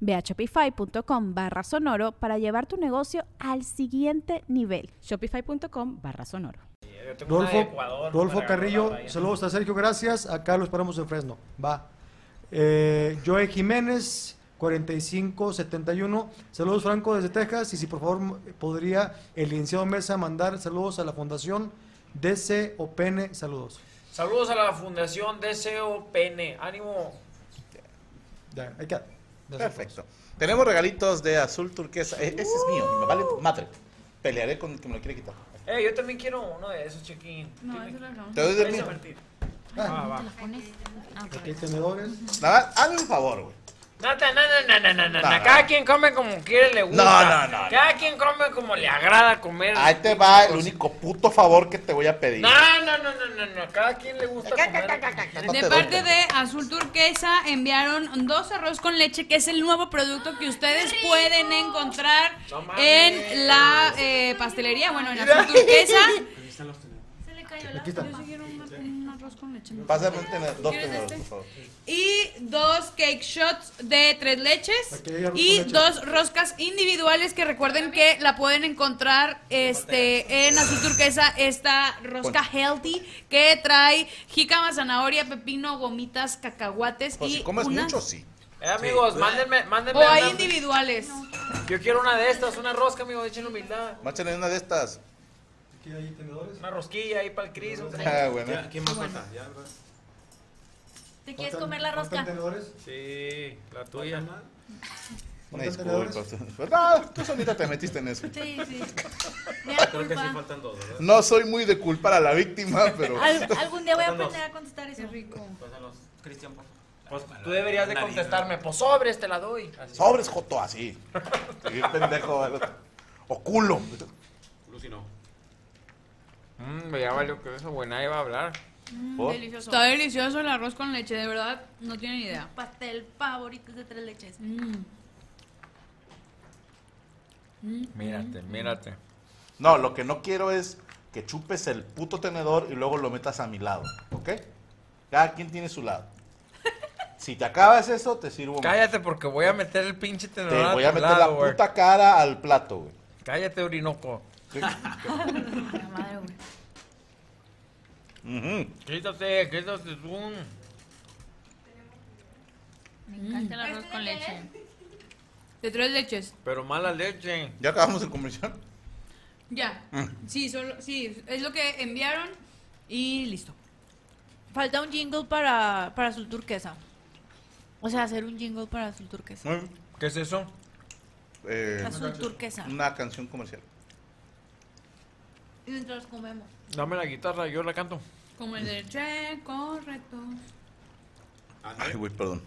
Ve a shopify.com barra sonoro para llevar tu negocio al siguiente nivel. shopify.com barra sonoro. Yo tengo una de Rodolfo, Ecuador, Rodolfo para Carrillo, guardarla ahí. saludos a Sergio, gracias. Acá lo esperamos en Fresno. Va. Eh, Joe Jiménez, 4571. Saludos, Franco, desde Texas. Y si por favor m- podría el licenciado Mesa mandar saludos a la Fundación DCOPN. Saludos. Saludos a la Fundación DCOPN. Ánimo. Ya, ahí queda. Gracias a Perfecto. Tenemos regalitos de azul turquesa. E- Ese es mío, y me vale Uh. madre. Pelearé con el que me lo quiere quitar. Eh, yo también quiero uno de esos, chiquín. Te doy del Ese, mío. Martín. Ah, va. todos. Aquí hay tenedores. Nada más, hazme un favor, güey. Nata, na, na, na, na, na, na, Para. Cada quien come como quiere, le gusta. No, no, no, no. Cada quien come como le agrada comer. Ahí te va el único puto favor que te voy a pedir. No, no, no, no, no, no. Cada quien le gusta comer. No te De doy, parte pero- de Azul Turquesa enviaron dos arroz con leche, que es el nuevo producto que ustedes pueden encontrar No mames. en la eh, pastelería, bueno, en Azul Turquesa. Aquí está. Pásame un tenedor, dos ¿Quieres tenedores, este? por favor. Y dos cake shots de tres leches Aquí hay arroz con y leche. dos roscas individuales que recuerden que la pueden encontrar este en Azul Turquesa, esta rosca healthy que trae jícama, zanahoria, pepino, gomitas, cacahuates Pues y si comes unas- mucho, sí. Eh, amigos, mándenme, Oh, mándenme. O hay una- individuales. Yo quiero una de estas, una rosca, amigos, echen humildad. Máchale una de estas. Aquí hay tenedores. Una rosquilla ahí para el Cris. un- Ah, bueno. ¿Te quieres comer la rosca? ¿Faltan tenedores? Sí, la tuya. Una ¿Cuántos disculpa. No, tú solita te metiste en eso. Sí, sí. Me da culpa. No soy muy de culpar a la víctima, pero. Al- algún día voy a aprender a contestar eso. Pues tú deberías de contestarme, pues sobres te la doy. Así. Sobres, Joto, así. Sí, pendejo. el otro. O culo. Mm, ya valió que esa buena iba a hablar. Por- Delicioso. Está delicioso el arroz con leche, de verdad, no tienen idea. Pastel favorito de tres leches. Mírate, mírate. No, lo que no quiero es que chupes el puto tenedor y luego lo metas a mi lado, ¿ok? Cada quien tiene su lado. Si te acabas eso, te sirvo más. Cállate porque voy a meter el pinche tenedor. Te a voy tu a meter lado, la güey. puta cara al plato, güey. Cállate, Orinoco. Ujú. Quítate, quítate tú. Me encanta el arroz con leche. De tres leches. Pero mala leche. ¿Ya acabamos el comercial? Ya. Sí, solo, sí, es lo que enviaron y listo. Falta un jingle para, para azul turquesa. O sea, hacer un jingle para azul turquesa. Muy bien. ¿Qué es eso? Eh, Azul turquesa. una canción comercial. Y mientras comemos. Dame la guitarra, yo la canto. Como el de che, correcto. Ay, güey, perdón.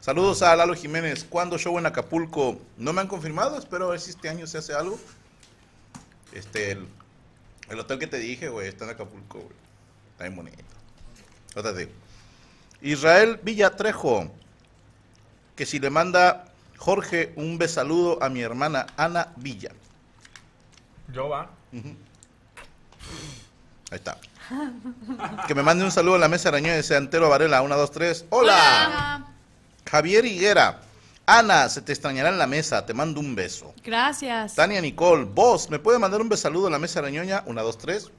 Saludos a Lalo Jiménez. ¿Cuándo show en Acapulco? No me han confirmado. Espero a ver si este año se hace algo. Este, el, el hotel que te dije, güey, está en Acapulco, güey. Está bien bonito. Ahorita te digo. Israel Villatrejo. Que si le manda Jorge un besaludo a mi hermana Ana Villa. Yo va. Ahí está. Que me mande un saludo a la mesa arañona de Santero Varela. 1, 2, 3. ¡Hola! Javier Higuera. Ana, se te extrañará en la mesa. Te mando un beso. Gracias. Tania Nicole, vos, ¿me puede mandar un besaludo a la mesa arañoña? Una, dos, tres.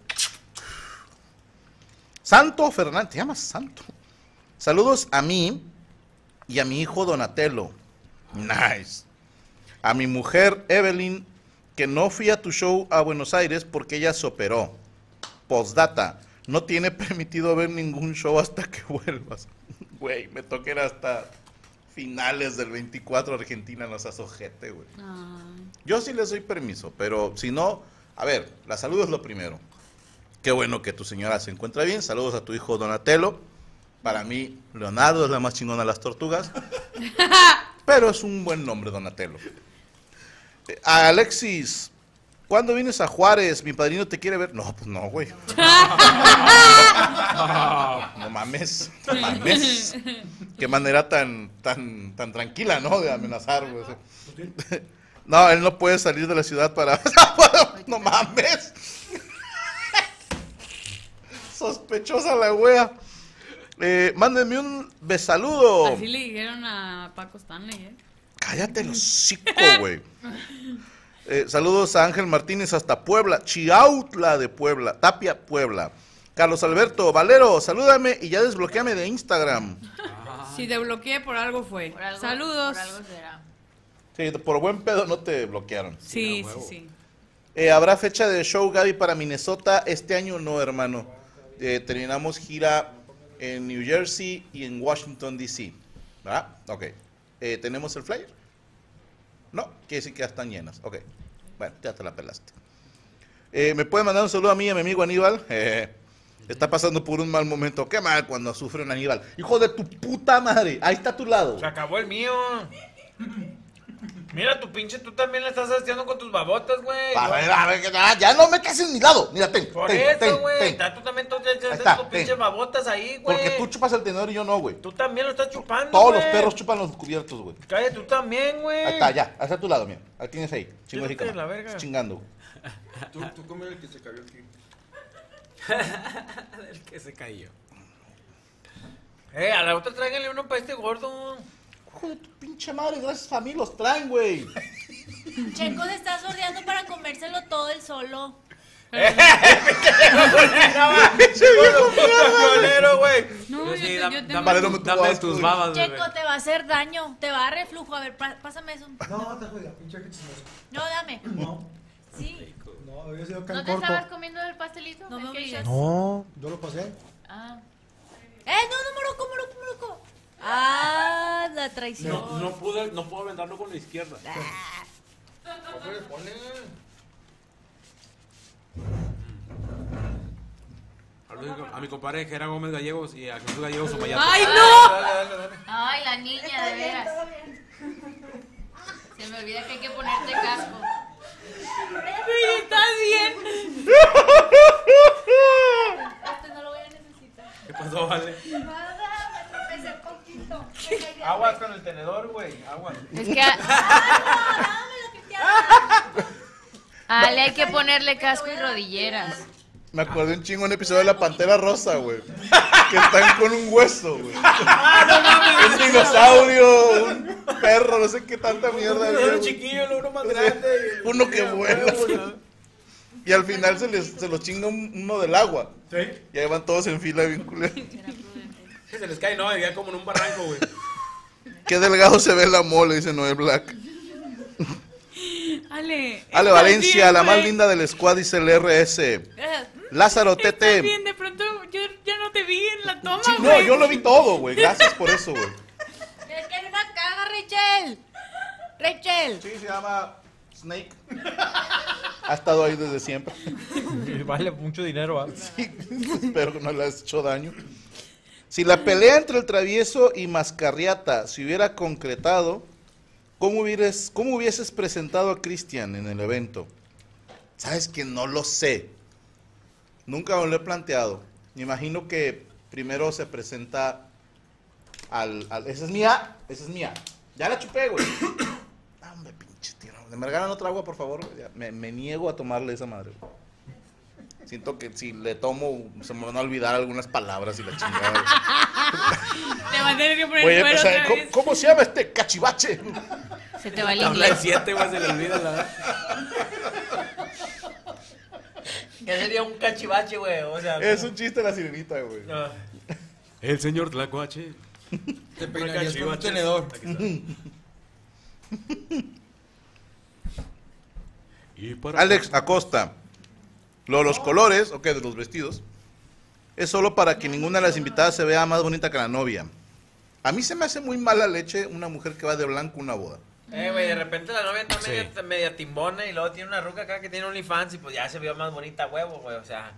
Santo Fernández, te llamas Santo. Saludos a mí y a mi hijo Donatello. Nice. A mi mujer Evelyn, que no fui a tu show a Buenos Aires porque ella se operó. Postdata. No tiene permitido ver ningún show hasta que vuelvas. Güey, me toquen hasta finales del 24 Argentina, no seas ojete, güey. Yo sí les doy permiso, pero si no, a ver, la salud es lo primero. Qué bueno que tu señora se encuentra bien. Saludos a tu hijo Donatello. Para mí, Leonardo es la más chingona de las tortugas. pero es un buen nombre, Donatello. Eh, A Alexis, ¿cuándo vienes a Juárez? Mi padrino te quiere ver. No, pues no, güey. no mames, no mames. Qué manera tan, tan, tan tranquila, ¿no? De amenazar, güey. No, él no puede salir de la ciudad para. no mames. Sospechosa la wea. Eh, mándenme un besaludo. Así le dijeron a Paco Stanley, ¿eh? Cállate los hocico, güey. Eh, saludos a Ángel Martínez hasta Puebla, Chiautla de Puebla, Tapia, Puebla. Carlos Alberto, Valero, salúdame y ya desbloqueame de Instagram. Si te bloqueé, por algo fue. Por algo- Saludos. por algo será. Sí, por buen pedo no te bloquearon. Sí, sí, sí. Eh, ¿Habrá fecha de show, Gaby, para Minnesota? Este año no, hermano. Eh, terminamos gira en New Jersey y en Washington, D.C. ¿Verdad? Ok. Eh, ¿Tenemos el flyer? No, quiere decir que ya están llenas. Ok. Bueno, ya te la pelaste. Eh, ¿Me puede mandar un saludo a mí y a mi amigo Aníbal? Eh, está pasando por un mal momento. Qué mal cuando sufre un Aníbal. Hijo de tu puta madre. Ahí está a tu lado. Se acabó el mío. Mira tu pinche, tú también la estás haciendo con tus babotas, güey. A ver, a ver, ya- ya no me caes en mi lado. Mira, ten. Por ten, ten, eso, güey. ten. Ya Tú también estás haciendo está, tus ten. pinches babotas ahí, güey. Porque tú chupas el tenedor y yo no, güey. Tú también lo estás chupando, Todos los güey. perros chupan los cubiertos, güey. Cállate, tú también, güey. Ahí está, ya. Hasta a tu lado, mira. Ahí tienes ahí. Chingo de Quítate jícama. la verga. Chingando, güey. Tú, tú come el que se cayó aquí. El que se cayó. Eh, a la otra tráigale uno para este gordo. Hijo de tu pinche madre, gracias a mí los traen, güey. Checo se está sordeando para comérselo todo él solo. ¡Violero, güey! No, yo, te- yo tengo- Vale, no me tuvo Dame asco, tus güey. Ah, babas, bebé. Checo, te va a hacer daño, te va a dar reflujo. A ver, pa- pásame eso. No, te juega, pinche que chismoso. No, dame. No, Sí. no, había sido ¿No tan te corto. estabas comiendo el pastelito? No Es me que obligues. yo- No, yo lo pasé. Ah. ¡Eh, no, no, Moroco, Moroco, Moroco! ¡Ah, la traición! No, no pude, no puedo vendarlo con la izquierda. Saludos a mi- A mi compadre Jera Gómez Gallegos y a Jesús Gallegos Omayate. ¡Ay, no! Ay, la niña, de veras. Se me olvida que hay que ponerte casco. Está bien. Este no lo voy a necesitar. ¿Qué pasó, vale? Nada, me tropecé poquito. Aguas con el tenedor, güey. Aguas. Es que. A Ale hay que ponerle casco y rodilleras. Me acordé un chingo de un episodio de La Pantera Rosa, güey. Que están con un hueso, güey. Ah, Un dinosaurio, un perro, no sé qué tanta mierda. había, Uno güey. chiquillo, uno más grande. Uno que vuela. Y al final se, les, se los chinga un- uno del agua. Sí. Y ahí van todos en fila bien culero. Que se les cae, no, vivía como en un barranco, güey. Qué delgado se ve la mole, dice Noel Black. Ale. Ale estás Valencia, bien, la más güey. linda del squad, dice el RS. Gracias. Lázaro Estás Tete. bien, de pronto yo ya no te vi en la toma, Sí, no, güey. yo lo vi todo, güey. Gracias por eso, güey. ¡Es que era una caga, Rachel! ¡Rachel! Sí, se llama Snake. Ha estado ahí desde siempre. Vale mucho dinero, ¿ah? Sí, espero que no le has hecho daño. Si la pelea entre el travieso y Mascarriata se hubiera concretado, ¿cómo hubieras, cómo hubieses presentado a Cristian en el evento? Sabes que no lo sé. Nunca me lo he planteado. Me imagino que primero se presenta al, al- Esa es mía, esa es mía. Ya la chupé, güey. Ah, Hombre, pinche tío. ¿Me regalan otra agua, por favor? güey. Ya, Me, me niego a tomarle esa madre. güey. Siento que si le tomo, se me van a olvidar algunas palabras y la chingada. güey. Te va a tener que poner Voy a el cuero empezar, otra ¿cómo, vez. cómo se llama este cachivache? Se te va el Habla de inglés. siete, güey, se le olvida la. ¿Qué sería un cachivache, güey? O sea, Es un chiste la sirenita, güey. no. El señor Tlacuache. Te peinarías con un cachivaches. tenedor. Y para. Alex Acosta. Luego los colores, ok, de los vestidos, es solo para que ninguna de las invitadas se vea más bonita que la novia. A mí se me hace muy mala leche una mujer que va de blanco a una boda. Eh, güey, de repente la novia está media, media timbona y luego tiene una ruca acá que tiene OnlyFans y pues ya se vio más bonita huevo, güey. O sea,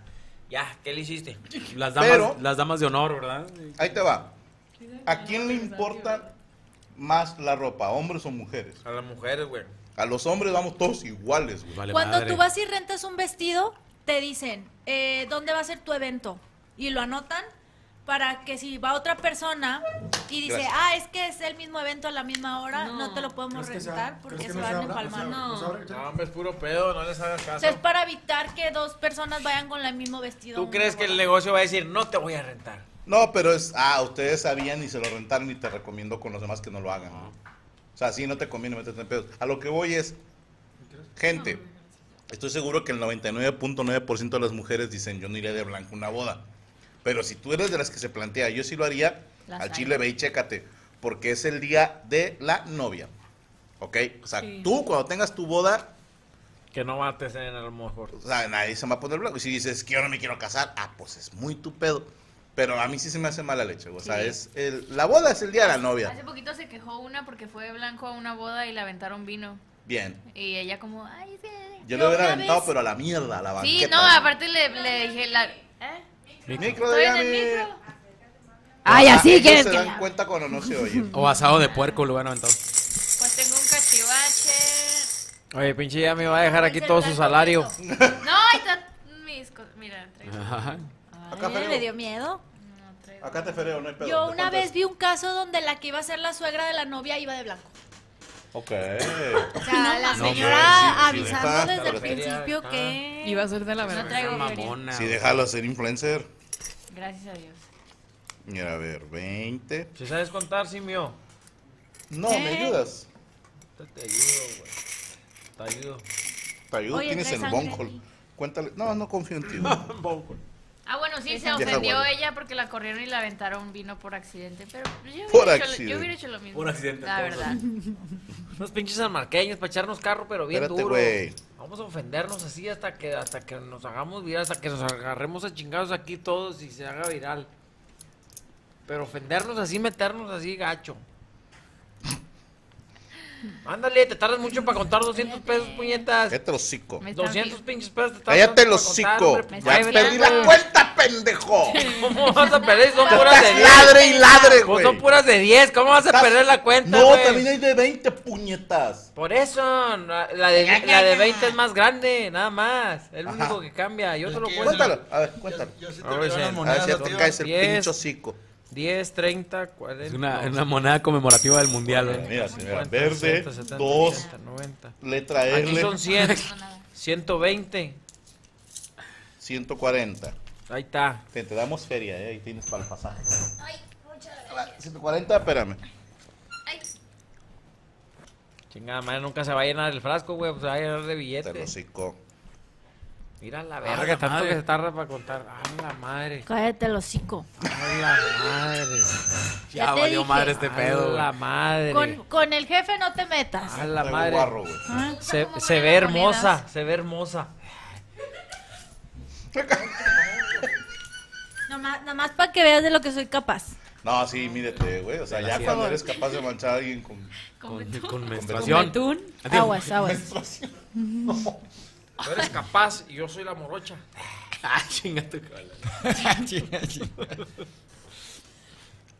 ya, ¿qué le hiciste? Las damas, Pero- las damas de honor, ¿verdad? Ahí te va. ¿A quién le importa más la ropa, hombres o mujeres? A las mujeres, güey. A los hombres vamos todos iguales, Pues güey. Cuando tú vas y rentas un vestido, te dicen, eh, ¿dónde va a ser tu evento? Y lo anotan para que si va otra persona y dice, Gracias. ah, es que es el mismo evento a la misma hora, no, No. te lo podemos ¿Crees que se rentar abra? porque ¿Crees se van que no se a abra? empalmar. No se abra. No. ¿Sabe? No, hombre, es puro pedo, no les hagas O caso. sea, es para evitar que dos personas vayan con el mismo vestido. ¿Tú crees que el negocio va a decir, no te voy a rentar? No, pero es, ah, ustedes sabían y se lo rentaron y te recomiendo con los demás que no lo hagan. ¿no? O sea, sí, no te conviene meterte en pedos. A lo que voy es, gente, estoy seguro que el 99.9% de las mujeres dicen, yo no iré de blanco a una boda. Pero si tú eres de las que se plantea, yo sí lo haría, Las al hay. chile ve y chécate, porque es el día de la novia. ¿Ok? O sea, Sí. tú cuando tengas tu boda, Que no mates en el mejor. o sea, nadie se me va a poner blanco. Y si dices que yo no me quiero casar, ah, pues es muy tu pedo. Pero a mí sí se me hace mala leche, güey. o sea, Sí. es el- la boda es el día de la Hace novia. poquito se quejó una porque fue de blanco a una boda y le aventaron vino. Bien. Y ella como, ay, sí. Yo le hubiera una aventado, vez- pero a la mierda, a la banqueta. Sí, no, aparte le, le dije la... ¿Eh? Micro de Estoy en el Yami. micro. Ay, Ah, así ellos quieres se que dan cuenta cuando no se oye. O asado de puerco lo hubieran aventado. Pues tengo un cachivache. Oye, pinche ya me va a dejar aquí Pues el todo su blanco salario. bonito. No, ahí está mis cosas. Mira, traigo. Ajá. Acá, Ay, me Ferreo. dio miedo. No, traigo. Acá te fereo, no hay pedo. Yo te una cuentas. vez vi un caso donde la que iba a ser la suegra de la novia iba de blanco. Ok. O sea, la No, señora sí, sí, avisando está, desde el está bien. principio Ajá. que... Iba a ser de la No verdad. traigo feria. Mamona. Si déjalo ser influencer. Gracias a Dios. Mira, a ver, 20. Si sabes contar, sí, mío. No, me ayudas. Te, te ayudo, güey. Te ayudo. Te ayudo, Oye, tienes trae el sangre bonjol. aquí. Cuéntale. No, no confío en ti. güey. Ah, bueno, sí, se Deja ofendió guardo. ella porque la corrieron y la aventaron vino por accidente. Pero yo hubiera, Por hecho, accidente. Yo hubiera hecho lo mismo. Por accidente, La todos. verdad. Unos pinches sanmarqueños para echarnos carro, pero bien Espérate, duro. güey. Vamos a ofendernos así hasta que hasta que nos hagamos viral, hasta que nos agarremos a chingados aquí todos y se haga viral. Pero ofendernos así, meternos así, gacho. Ándale, te tardas mucho para contar 200 pesos, puñetas. Cállate el hocico. Me están 200 pi- pinches pesos te tardas Cállate el mucho para contar, hocico. hombre, pues, Ya ahí perdí verás, la güey. cuenta, pendejo. ¿Cómo vas a perder? Son puras de 10. Estás ladre y ladre, Pues güey. son puras de 10. ¿Cómo vas a Estás- perder la cuenta, No, güey? también hay de 20 puñetas. Por eso, la la de, la de 20 es más grande, nada más. El Ajá. único que cambia. Yo te lo que- cuento. Cuéntalo, a ver, cuéntalo. Ah, Yo sí te Ahora ah, veo sí, las a ver A ver monedas, si ya tío. te caes el Diez. pincho hocico. 10, 30, 40. Es una, una moneda conmemorativa del mundial, Mira, ¿eh? mira, mira, verde, 2, dos, 90. letra Aquí L, son 100, No, nada. 120. 140. Ahí está. Te, te damos feria, eh, ahí tienes para el pasaje. 140, espérame. Chingada madre, nunca se va a llenar el frasco, güey. Pues se va a llenar de Te lo billetes. hocico. Mira la la verga, tanto madre. que se tarda para contar. A la madre. Cállate el hocico. A Ah, la madre. Ya, Ya te valió dije. madre este pedo. A güey. la madre. Con, con el jefe no te metas. A la Traigo madre. guarro, güey. Ah, Se, Como se monedas. ve hermosa, se ve hermosa. Nomás, nomás para que veas de lo que soy capaz. No, sí, mírate, güey. O sea, ya cuando eres capaz de manchar a alguien con. Con, Con- con con menstruación. betún. Aguas, aguas. menstruación. Tú eres capaz y yo soy la morocha. Ah, chinga tu cola. Ah,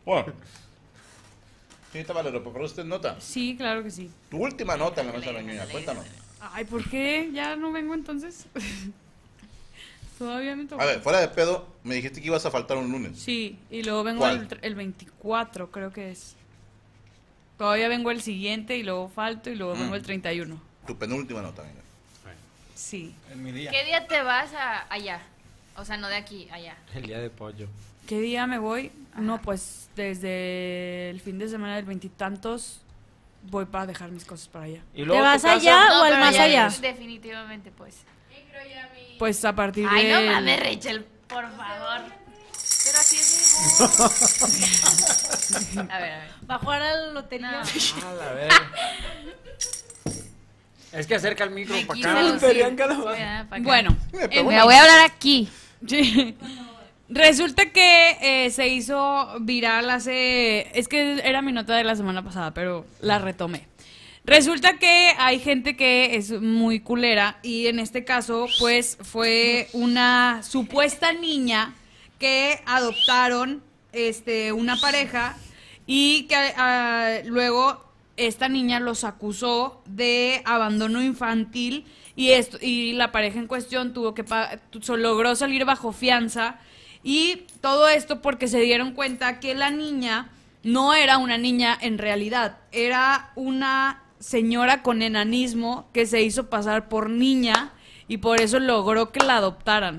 Bueno. Sí, te valero, pero usted nota. Sí, claro que sí. Tu última nota en la mesa de la ñoña, cuéntanos. Ay, ¿por qué? ¿Ya no vengo entonces? Todavía me toca. A ver, fuera de pedo, me dijiste que ibas a faltar un lunes. Sí, y luego vengo ¿Cuál? el, tr- el 24, creo que es. Todavía vengo el siguiente y luego falto y luego Mm. vengo el 31. Tu penúltima nota, venga. Eh, Sí. En mi día. ¿Qué día te vas a allá? O sea, no de aquí, allá. El día de pollo. ¿Qué día me voy? No, pues desde el fin de semana del veintitantos voy para dejar mis cosas para allá. Y luego ¿Te vas tu casa- allá? Ah, o al pero más ya allá. Definitivamente, pues. Pues a partir Ay, no del- mames, Rachel, por favor. Pero así es mi voz. A ver, a ver. Ah, Va a jugar a la lotería. A la verga. Es que acerca el micro para Aquí acá. se los- sí, calabaza. sí, ah, pa' acá. Bueno, Bueno, Me eh, pegó me una- voy a hablar aquí. Sí. Resulta que eh, se hizo viral hace... Es que era mi nota de la semana pasada, pero la retomé. Resulta que hay gente que es muy culera y en este caso pues fue una supuesta niña que adoptaron este una pareja y que ah, luego esta niña los acusó de abandono infantil y esto y la pareja en cuestión tuvo que pa- tu- so- logró salir bajo fianza y todo esto porque se dieron cuenta que la niña no era una niña en realidad, era una señora con enanismo que se hizo pasar por niña y por eso logró que la adoptaran.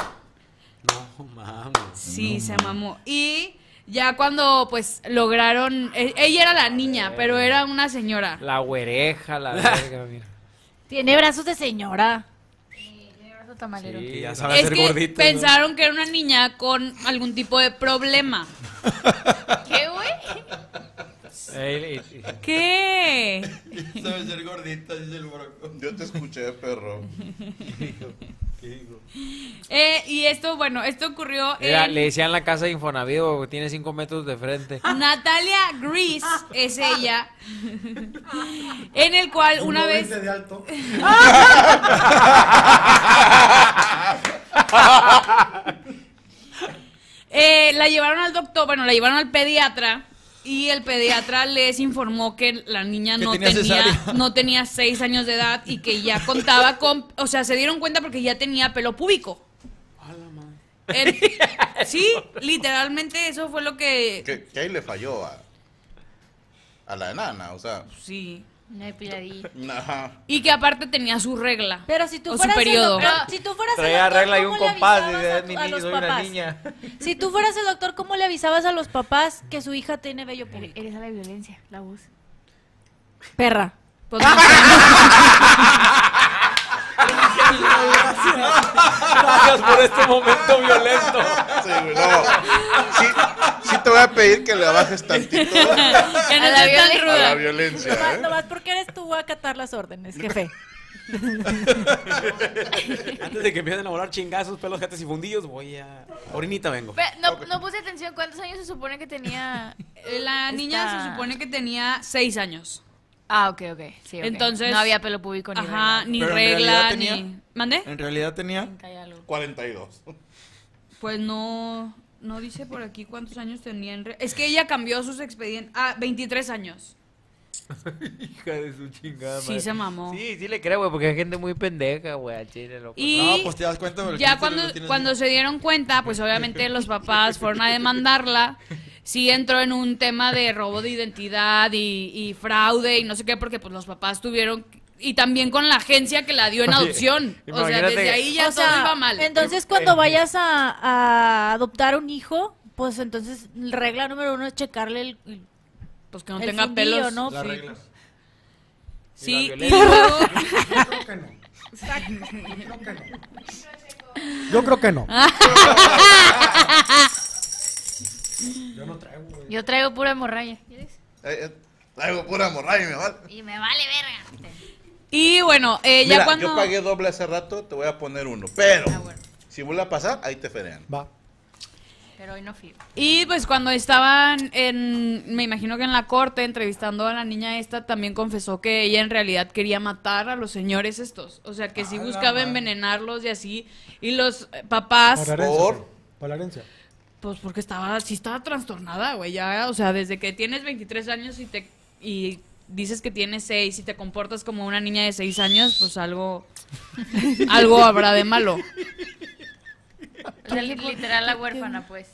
No mames. Sí, se mamó. Y ya cuando pues lograron, e- ella era la niña, pero era una señora. La güereja, la verga, mira. Tiene brazos de señora. Sí, ya sabe es que pensaron que era una niña con algún tipo de problema. ¿Qué, güey? ¿Qué? Sabes ser gordita, dice el Yo te escuché, perro. Eh, y esto, bueno, esto ocurrió Mira, en le decían la casa de Infonavido, güey, tiene cinco metros de frente. Natalia Gris, es ella, en el cual una vez... 1.20 de alto. Eh, la llevaron al doctor, bueno, la llevaron al pediatra y el pediatra les informó que la niña Que no tenía tenía, cesárea. no tenía seis años de edad y que ya contaba con, o sea, se dieron cuenta porque ya tenía pelo púbico. El- sí, literalmente eso fue lo que Que, que ahí le falló a, a la enana, o sea. sí. Una depiladita. Ajá. Y que aparte tenía su regla. Pero si tú o su fueras el periodo. doctor- si tú fueras el Traía doctor, regla y ¿cómo un le compás. avisabas Dice, a "Es mi tu- a niño, los soy una papás? niña. Si tú fueras el doctor, ¿cómo le avisabas a los papás que su hija tiene vello público? Eres a la violencia, la voz. Perra. Gracias por este momento violento. Sí, güey, no. Sí, sí te voy a pedir que le bajes tantito Ya no A la soy tan violencia. a la ruda. violencia, Nomás, ¿eh? nomás porque eres tú a acatar las órdenes, jefe. Antes de que empiecen a volar chingazos, pelos, gatos y fundillos, voy a. Orinita vengo. Pe- No, no puse atención. ¿Cuántos años se supone que tenía? La niña Está- se supone que tenía seis años. Ah, ok, ok. Sí, ok. Entonces- No había pelo público ni Ajá, regla. ni Pero en regla, realidad tenía- ni. ¿Mande? En realidad tenía. Nunca hay algo. 42. Pues no, no dice por aquí cuántos años tenía en re- Es que ella cambió sus expedientes. Ah, 23 años. Hija de su chingada. Sí madre. se mamó. Sí, sí le creo, güey, porque hay gente muy pendeja, güey, al chile, loco. Y- No, pues te das cuenta. porque Ya el cerebro cuando, tiene- cuando se dieron cuenta, pues obviamente los papás fueron a demandarla. Sí entró en un tema de robo de identidad y, y fraude y no sé qué, porque pues los papás tuvieron... Y también con la agencia que la dio en Oye, adopción. O sea, imagínate- desde ahí ya O todo sea, iba mal. Entonces, cuando vayas a, a adoptar un hijo, pues entonces regla número uno es checarle el, el- pues que no el tenga fundillo, pelos. ¿no? Las Sí. reglas. Sí, Y la y luego... Creo que no. Creo que no. Yo creo que no. Ah. Yo no traigo, güey. Yo traigo pura hemorragia. ¿Quieres? Eh, eh, Traigo pura morralla, mi vale. Y me vale verga. Y bueno, eh, ya Mira, cuando... Ah, yo pagué doble hace rato, te voy a poner uno. Pero, si vuelve a pasar, ahí te ferean. Va. Pero hoy no fío. Y pues cuando estaban en, me imagino que en la corte entrevistando a la niña esta, también confesó que ella en realidad quería matar a los señores estos. O sea, que sí buscaba envenenarlos y así. Y los eh, papás, Por la herencia. Por- güey. Por la herencia. pues porque estaba, sí estaba trastornada, Ah, güey. Ya, o sea, desde que tienes 23 años y te y dices que tienes 6 y te comportas como una niña de 6 años, pues algo, algo habrá de malo. O sea, li- literal la huérfana, pues.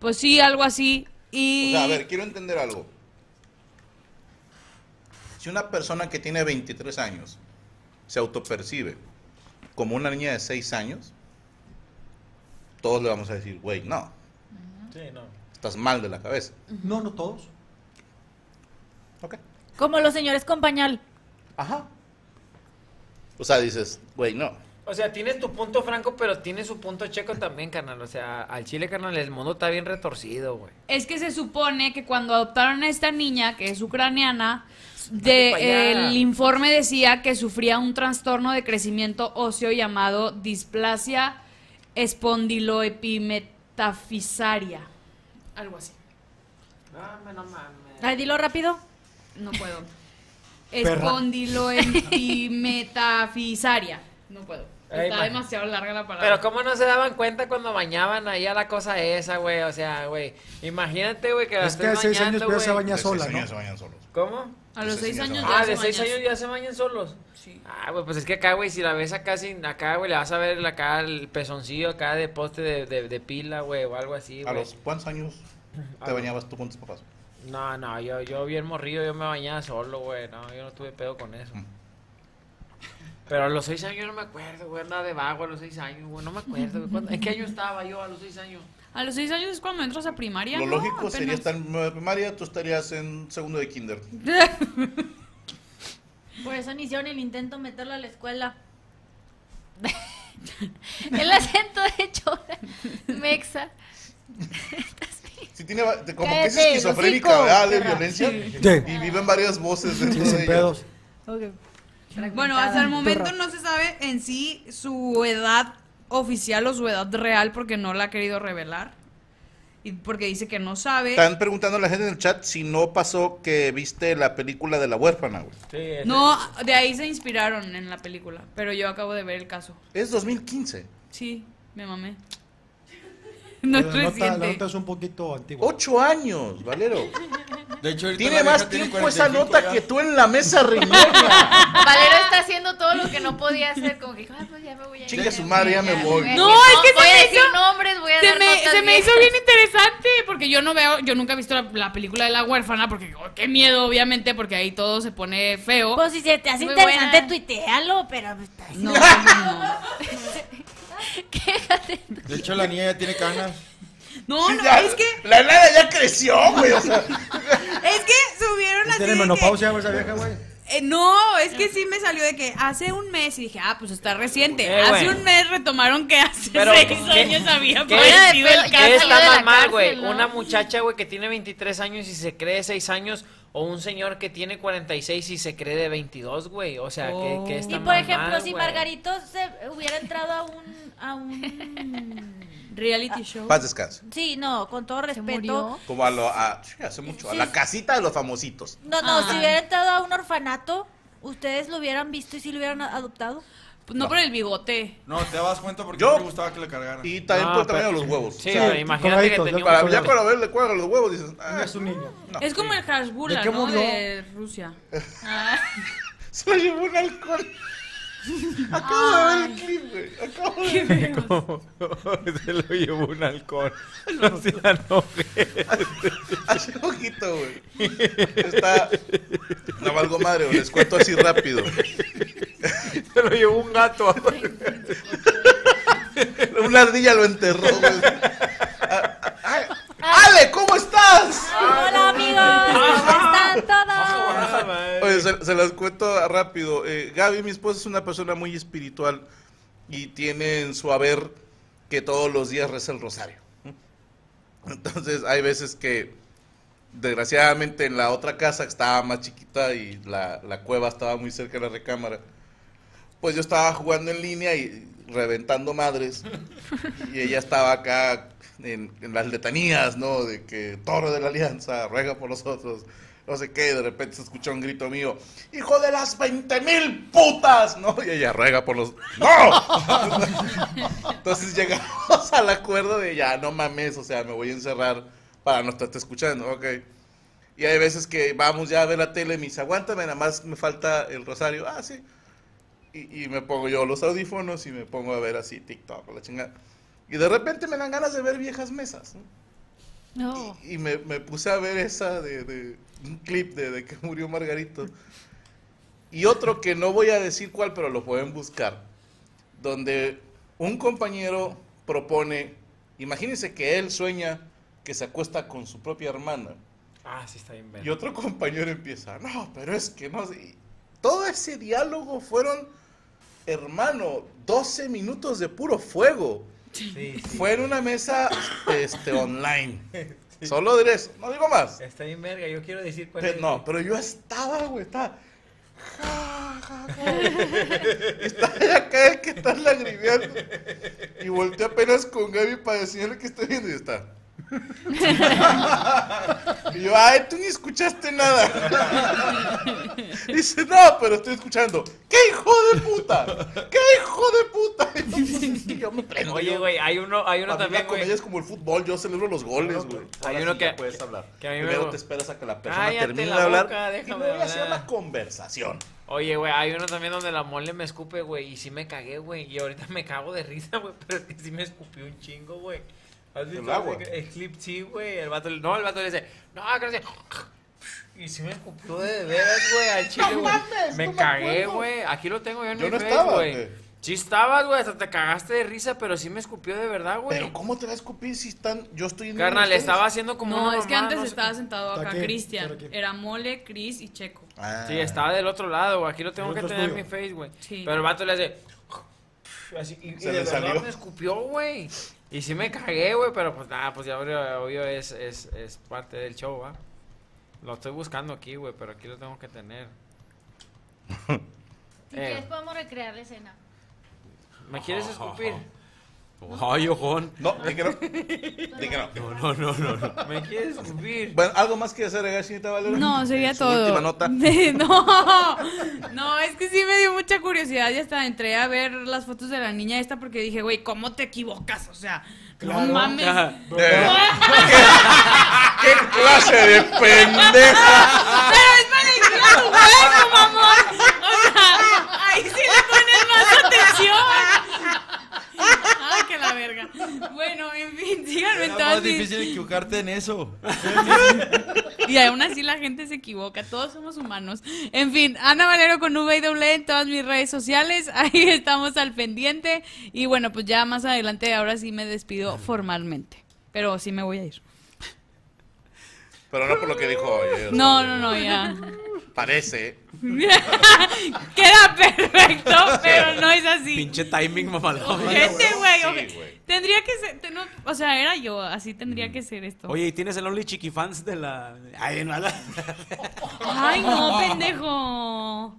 Pues sí, algo así. O Y... sea, a ver, quiero entender algo. Si una persona que tiene 23 años se autopercibe como una niña de 6 años, todos le vamos a decir, güey, no, Sí, no. estás mal de la cabeza. No, no todos. Ok. Como los señores con pañal. Ajá. O sea, dices, güey, no. O sea, tienes tu punto franco, pero tienes su punto checo también, carnal. O sea, al chile, carnal, el mundo está bien retorcido, güey. Es que se supone que cuando adoptaron a esta niña, que es ucraniana, Ah, Date pa' de, allá. el informe decía que sufría un trastorno de crecimiento óseo llamado displasia espondiloepimetafisaria. Algo así. No, no mames. Ay, dilo rápido. No puedo. Perra. Espondiloepimetafisaria. No puedo. Ey, Está ma- demasiado larga la palabra. Pero cómo no se daban cuenta cuando bañaban ahí a la cosa esa, güey. O sea, güey. Imagínate, güey, que la Es que estés hace seis años bañando, pero ya se güey. baña sola, Seis ¿no? años se bañan solos. ¿Cómo? a los Ese sí ya seis se años va. ya Ah, se de seis bañaste. años ya se bañan solos. Sí. Ah, güey, pues es que acá, güey, si la ves acá sin acá, güey, le vas a ver la- acá el pezoncillo acá de poste de, de- de pila, güey, o algo así, ¿A güey. los cuántos años te bañabas tú con tus papás? No, no, yo, yo bien morrido, yo me bañaba solo, güey, no, yo no tuve pedo con eso. Pero a los seis años no me acuerdo, güey, andaba de vago a los seis años, güey, no me acuerdo, güey. ¿cuándo- ¿En qué año estaba yo a los seis años? A los seis años es cuando entras a primaria. Lo ¿no? lógico sería Apenas. estar en nueva primaria, tú estarías en segundo de kinder. Por eso ni hicieron el intento de meterla a la escuela. El acento de Chora Mexa. Si tiene, va- te- como que es Cállate, esquizofrénica, hocico, ¿verdad? De perra. violencia. Sí, Y viven varias voces dentro sí, de sin ellas. pedos. Bueno, hasta el momento no se sabe en sí su edad oficial o su edad real porque no la ha querido revelar. Y porque dice que no sabe. Están preguntando a la gente en el chat si no pasó que viste la película de la huérfana, güey. Sí, No, de ahí se inspiraron en la película. Pero yo acabo de ver el caso. Es 2015. Sí, me mamé. La No es nota, la nota reciente. es un poquito antigua. Ocho años, Valero. De hecho, ahorita Tiene la vieja más tiempo 45 esa nota ya. que tú en la mesa riñona. Valero está haciendo todo lo que no podía hacer, como que, ah, pues ya me voy a Chinga ir, su madre, ya me voy. No, es que se voy a me decir hizo- nombres, voy a Se dar me, notas se me hizo viejas. bien interesante porque yo no veo, yo nunca he visto la, la película de la huérfana porque oh, qué miedo, obviamente, porque ahí todo se pone feo. Pues si se te hace Muy interesante, buena. tuitealo, pero pues, está- No, no, De hecho, la niña ya tiene canas. no, Sí, no, ya- es que La nada ya creció, güey. O sea, Es que subieron así de Tiene que... menopausia, güey, esa vieja, güey. Eh, no, es que sí me salió de que hace un mes y dije, ah, pues está reciente. Eh, hace güey. un mes retomaron que hace Pero, seis ¿qué- años había ¿Qué, aparecido pero- el ya qué caso. salió está de más la mal, cárcel, güey? ¿no? Una muchacha, güey, que tiene 23 años y se cree de 6 años o un señor que tiene 46 y se cree de 22, güey. O sea, que, que está Y por más ejemplo, mal, si güey? Margarito se hubiera entrado a un, a un Reality show. paz descanse. sí, no, con todo respeto. murió? Como a lo. A, sí, hace mucho. A la casita de los famositos. No, no, Ah. si hubiera entrado a un orfanato, ustedes lo hubieran visto y si lo hubieran adoptado. Pues no por el bigote. No, te dabas cuenta porque Yo- no te gustaba que le cargaran. Y también Ah, No, por el tamaño pero- de los huevos. Sí, O sea, güey, imagínate que colgaditos, tenía yo un para, ya colgaditos. para ver le cuadran los huevos, dices. Ah, Es un niño. no. es como el Hasbula, ¿De qué ¿no? murió? De Rusia. Se lo llevó un alcohol. Acabo de ver el clip, güey. Acabo de Se lo llevó un halcón. No se enoje. Hace poquito, güey. Está. No valgo madre, güey. Les cuento así rápido. Se lo llevó un gato. Una ardilla lo enterró, güey. Ah, ah, ¡Ale, ¿cómo estás? Hola amigos, ¿cómo están todos? Oye, se, se las cuento rápido. Eh, Gaby, mi esposa, es una persona muy espiritual y tiene en su haber que todos los días reza el rosario. Entonces, hay veces que, desgraciadamente, en la otra casa que estaba más chiquita y la, la cueva estaba muy cerca de la recámara, pues yo estaba jugando en línea y reventando madres. Y ella estaba acá en, en las letanías, ¿no? De que Toro de la Alianza ruega por nosotros. No sé qué, y de repente se escuchó un grito mío, ¡Hijo de las 20 mil putas! ¿No? Y ella ruega por los... ¡No! Entonces llegamos al acuerdo de ya, no mames, o sea, me voy a encerrar para no estarte escuchando, ok. Y hay veces que vamos ya a ver la tele y me dice, aguántame, nada más me falta el rosario. Ah, sí. Y, y me pongo yo los audífonos y me pongo a ver así TikTok, la chingada. Y de repente me dan ganas de ver viejas mesas. ¿no? No. Y, y me, me puse a ver esa de, de- un clip de, de que murió Margarito. Y otro que no voy a decir cuál, pero lo pueden buscar. Donde un compañero propone, imagínense que él sueña que se acuesta con su propia hermana. Ah, sí, está bien, Y verga. otro compañero empieza, no, pero es que no sé". Y Todo ese diálogo fueron hermano, 12 minutos de puro fuego. Fue en una mesa este, online. Solo diré eso, no digo más. Está bien verga, yo quiero decir cuál Pero, es. no, pero yo estaba, güey, estaba. estaba acá el que está lagrimeando. Y volteé apenas con Gaby para decirle que estoy viendo y está. y yo, ay, tú ni escuchaste nada. Dice, no, pero estoy escuchando. ¡Qué hijo de puta! ¡Qué hijo de puta! Y yo, pues, y yo me prendo. Oye, güey, hay uno, hay uno Para mí también, la güey. comedia es como el fútbol, yo celebro los goles, güey. Hay Ahora uno sí que- ya puedes hablar. que a mí me Primero gu- te esperas a que la persona Cállate termine la de hablar boca, y déjame luego hacer hablar. una conversación. Oye, güey, hay uno también donde la mole me escupe, güey, y sí me cagué, güey, y ahorita me cago de risa, güey, pero es que sí me escupió un chingo, güey. ¿Has visto ese- agua? el clip? Sí, güey, el vato, no, el vato le dice, no, que no sé". Y sí me escupió de veras, güey, al chile, güey. me cagué, güey, aquí lo tengo yo en Yo mi no face, estaba, güey. güey. Sí estabas, güey, hasta te cagaste de risa, pero sí me escupió de verdad, güey. Pero ¿cómo te va a escupir si están, yo estoy en Carnal, estaba haciendo como No, una es que mamá, antes no sé- estaba sentado ¿Para acá qué? Cristian. ¿Para qué? Era Mole, Cris y Checo. Ah. Sí, estaba del otro lado, güey. Aquí lo tengo El que otro es tener en mi tuyo. face, güey. Sí. Pero el vato le hace. Así, y, y Se de le verdad salió. me escupió, güey. Y sí me cagué, güey. Pero pues nada, pues ya obvio, obvio es, es, es parte del show, ¿va? Lo estoy buscando aquí, güey. Pero aquí lo tengo que tener. Si Eh. quieres podemos recrear la escena. ¿Me quieres escupir? Ay, ojón. No, di que no. Di que no. No, no, no, no. no. ¿Me quieres escupir? Bueno, ¿algo más que hacer, Gachita Valero? No, sería Su todo. última nota. De- no, no, es que sí me dio mucha curiosidad. Ya hasta entré a ver las fotos de la niña esta porque dije, güey, ¿cómo te equivocas? O sea, no mames. Ajá. Eh, ¿Qué, qué clase de pendeja? Pero es para inflar un hueco, mamón. O sea, ahí sí le pones más atención. Ah, que la verga. Bueno, en fin, síganme Era más entonces. difícil equivocarte en eso. Y aún así la gente se equivoca, todos somos humanos. En fin, Ana Valero con V y doble E en todas mis redes sociales, ahí estamos al pendiente. Y bueno, pues ya más adelante, ahora sí me despido formalmente. Pero sí me voy a ir. Pero no por lo que dijo oye, No, no, no, ya. Parece. Queda perfecto, pero no es así. Pinche timing, mamalón. Gente, güey. Sí, oje- güey. Tendría que ser, te- no, o sea, era yo, así tendría que ser esto. Oye, ¿y tienes el Only Chiquifans de la. Ay, no, la- Ay, no, pendejo.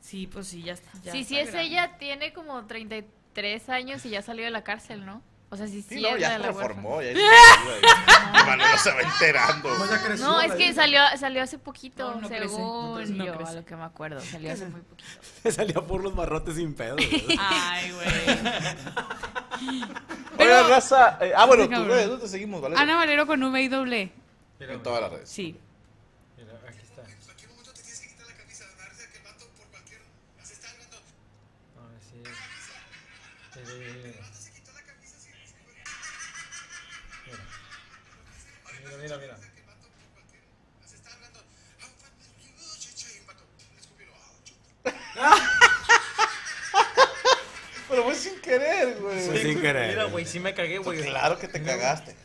Sí, pues sí, ya está. ya Sí, sí, está es grande. ella, tiene como 33 años y ya salió de la cárcel, ¿no? O sea, sí, sí, Sí, no, es ya se la de la reformó. Ya se Valero se va enterando. Pues No, ya creció, No, es la que vida. salió, salió hace poquito, No, no crece, no según crece, no yo, a crece. lo que me acuerdo, salió hace muy poquito. Se salía por los barrotes sin pedo. güey. Ay, güey. Oye, raza. eh, ah, bueno, Este tus cabrón. redes, ¿dónde te seguimos, Valero? Ana Valero con V y doble. E. En todas las redes. Sí. Mira, aquí está. No, así es. Mira, mira, mira. Mira, mira, mira. Pero fue sin querer, güey. Fue Pues, sin querer. Mira, güey, sí me cagué, güey. Claro que te cagaste.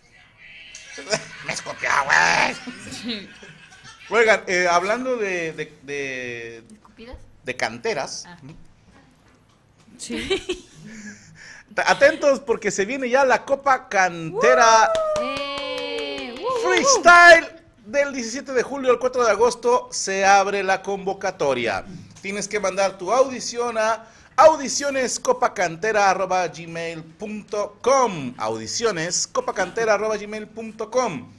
Me escopió, güey. Oigan, eh, hablando de, de, de, ¿Escupidas? de canteras, Ah. Sí. ta- atentos porque se viene ya la Copa Cantera ¡Eh! ¡Uh! Freestyle del 17 de julio al 4 de agosto. Se abre la convocatoria. Tienes que mandar tu audición a audicionescopacantera.gmail.com audicionescopacantera.gmail.com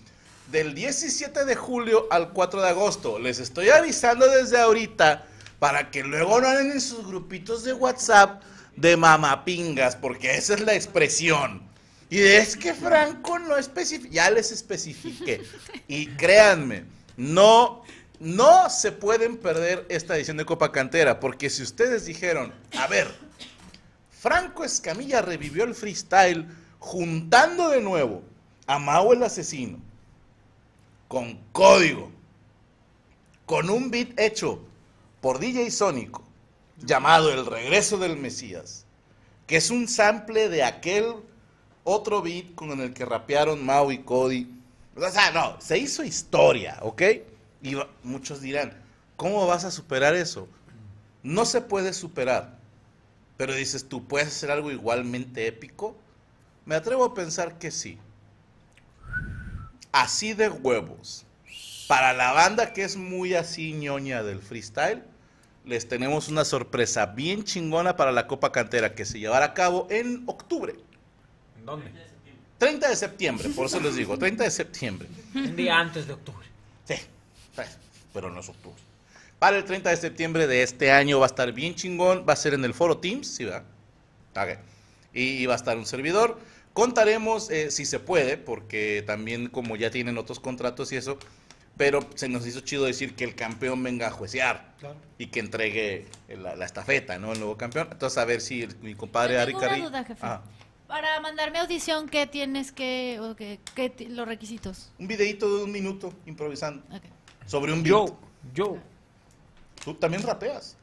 del 17 de julio al 4 de agosto. Les estoy avisando desde ahorita para que luego no anden en sus grupitos de WhatsApp de mamapingas, porque esa es la expresión. Y es que Franco no especifica, ya les especifiqué. Y créanme, no, no se pueden perder esta edición de Copa Cantera, porque si ustedes dijeron, a ver, Franco Escamilla revivió el freestyle juntando de nuevo a Mau el asesino, con código, con un beat hecho por DJ Sónico, llamado El Regreso del Mesías, que es un sample de aquel otro beat con el que rapearon Mau y Cody. O sea, no, se hizo historia, ¿ok? Y va- muchos dirán, ¿cómo vas a superar eso? No se puede superar. Pero dices, ¿tú puedes hacer algo igualmente épico? Me atrevo a pensar que sí. Así de huevos. Para la banda que es muy así ñoña del freestyle, les tenemos una sorpresa bien chingona para la Copa Cantera que se llevará a cabo en octubre. ¿En dónde? 30 de septiembre, por eso les digo, 30 de septiembre. Un día antes de octubre. Sí, pues, pero no es octubre. Para el 30 de septiembre de este año va a estar bien chingón, va a ser en el foro Teams, ¿sí verdad? Ok. Y, y va a estar un servidor. Contaremos, eh, si se puede, porque también como ya tienen otros contratos y eso, pero se nos hizo chido decir que el campeón venga a juecear Claro. y que entregue la, la estafeta, ¿no? El nuevo campeón. Entonces a ver si el- mi compadre Yo Ari tengo una Carrillo... duda, jefe. Ah, Para mandarme audición, ¿qué tienes que, o qué- qué ti- los requisitos? un videito de un minuto improvisando Ok. sobre un beat. Yo, yo. Tú también rapeas.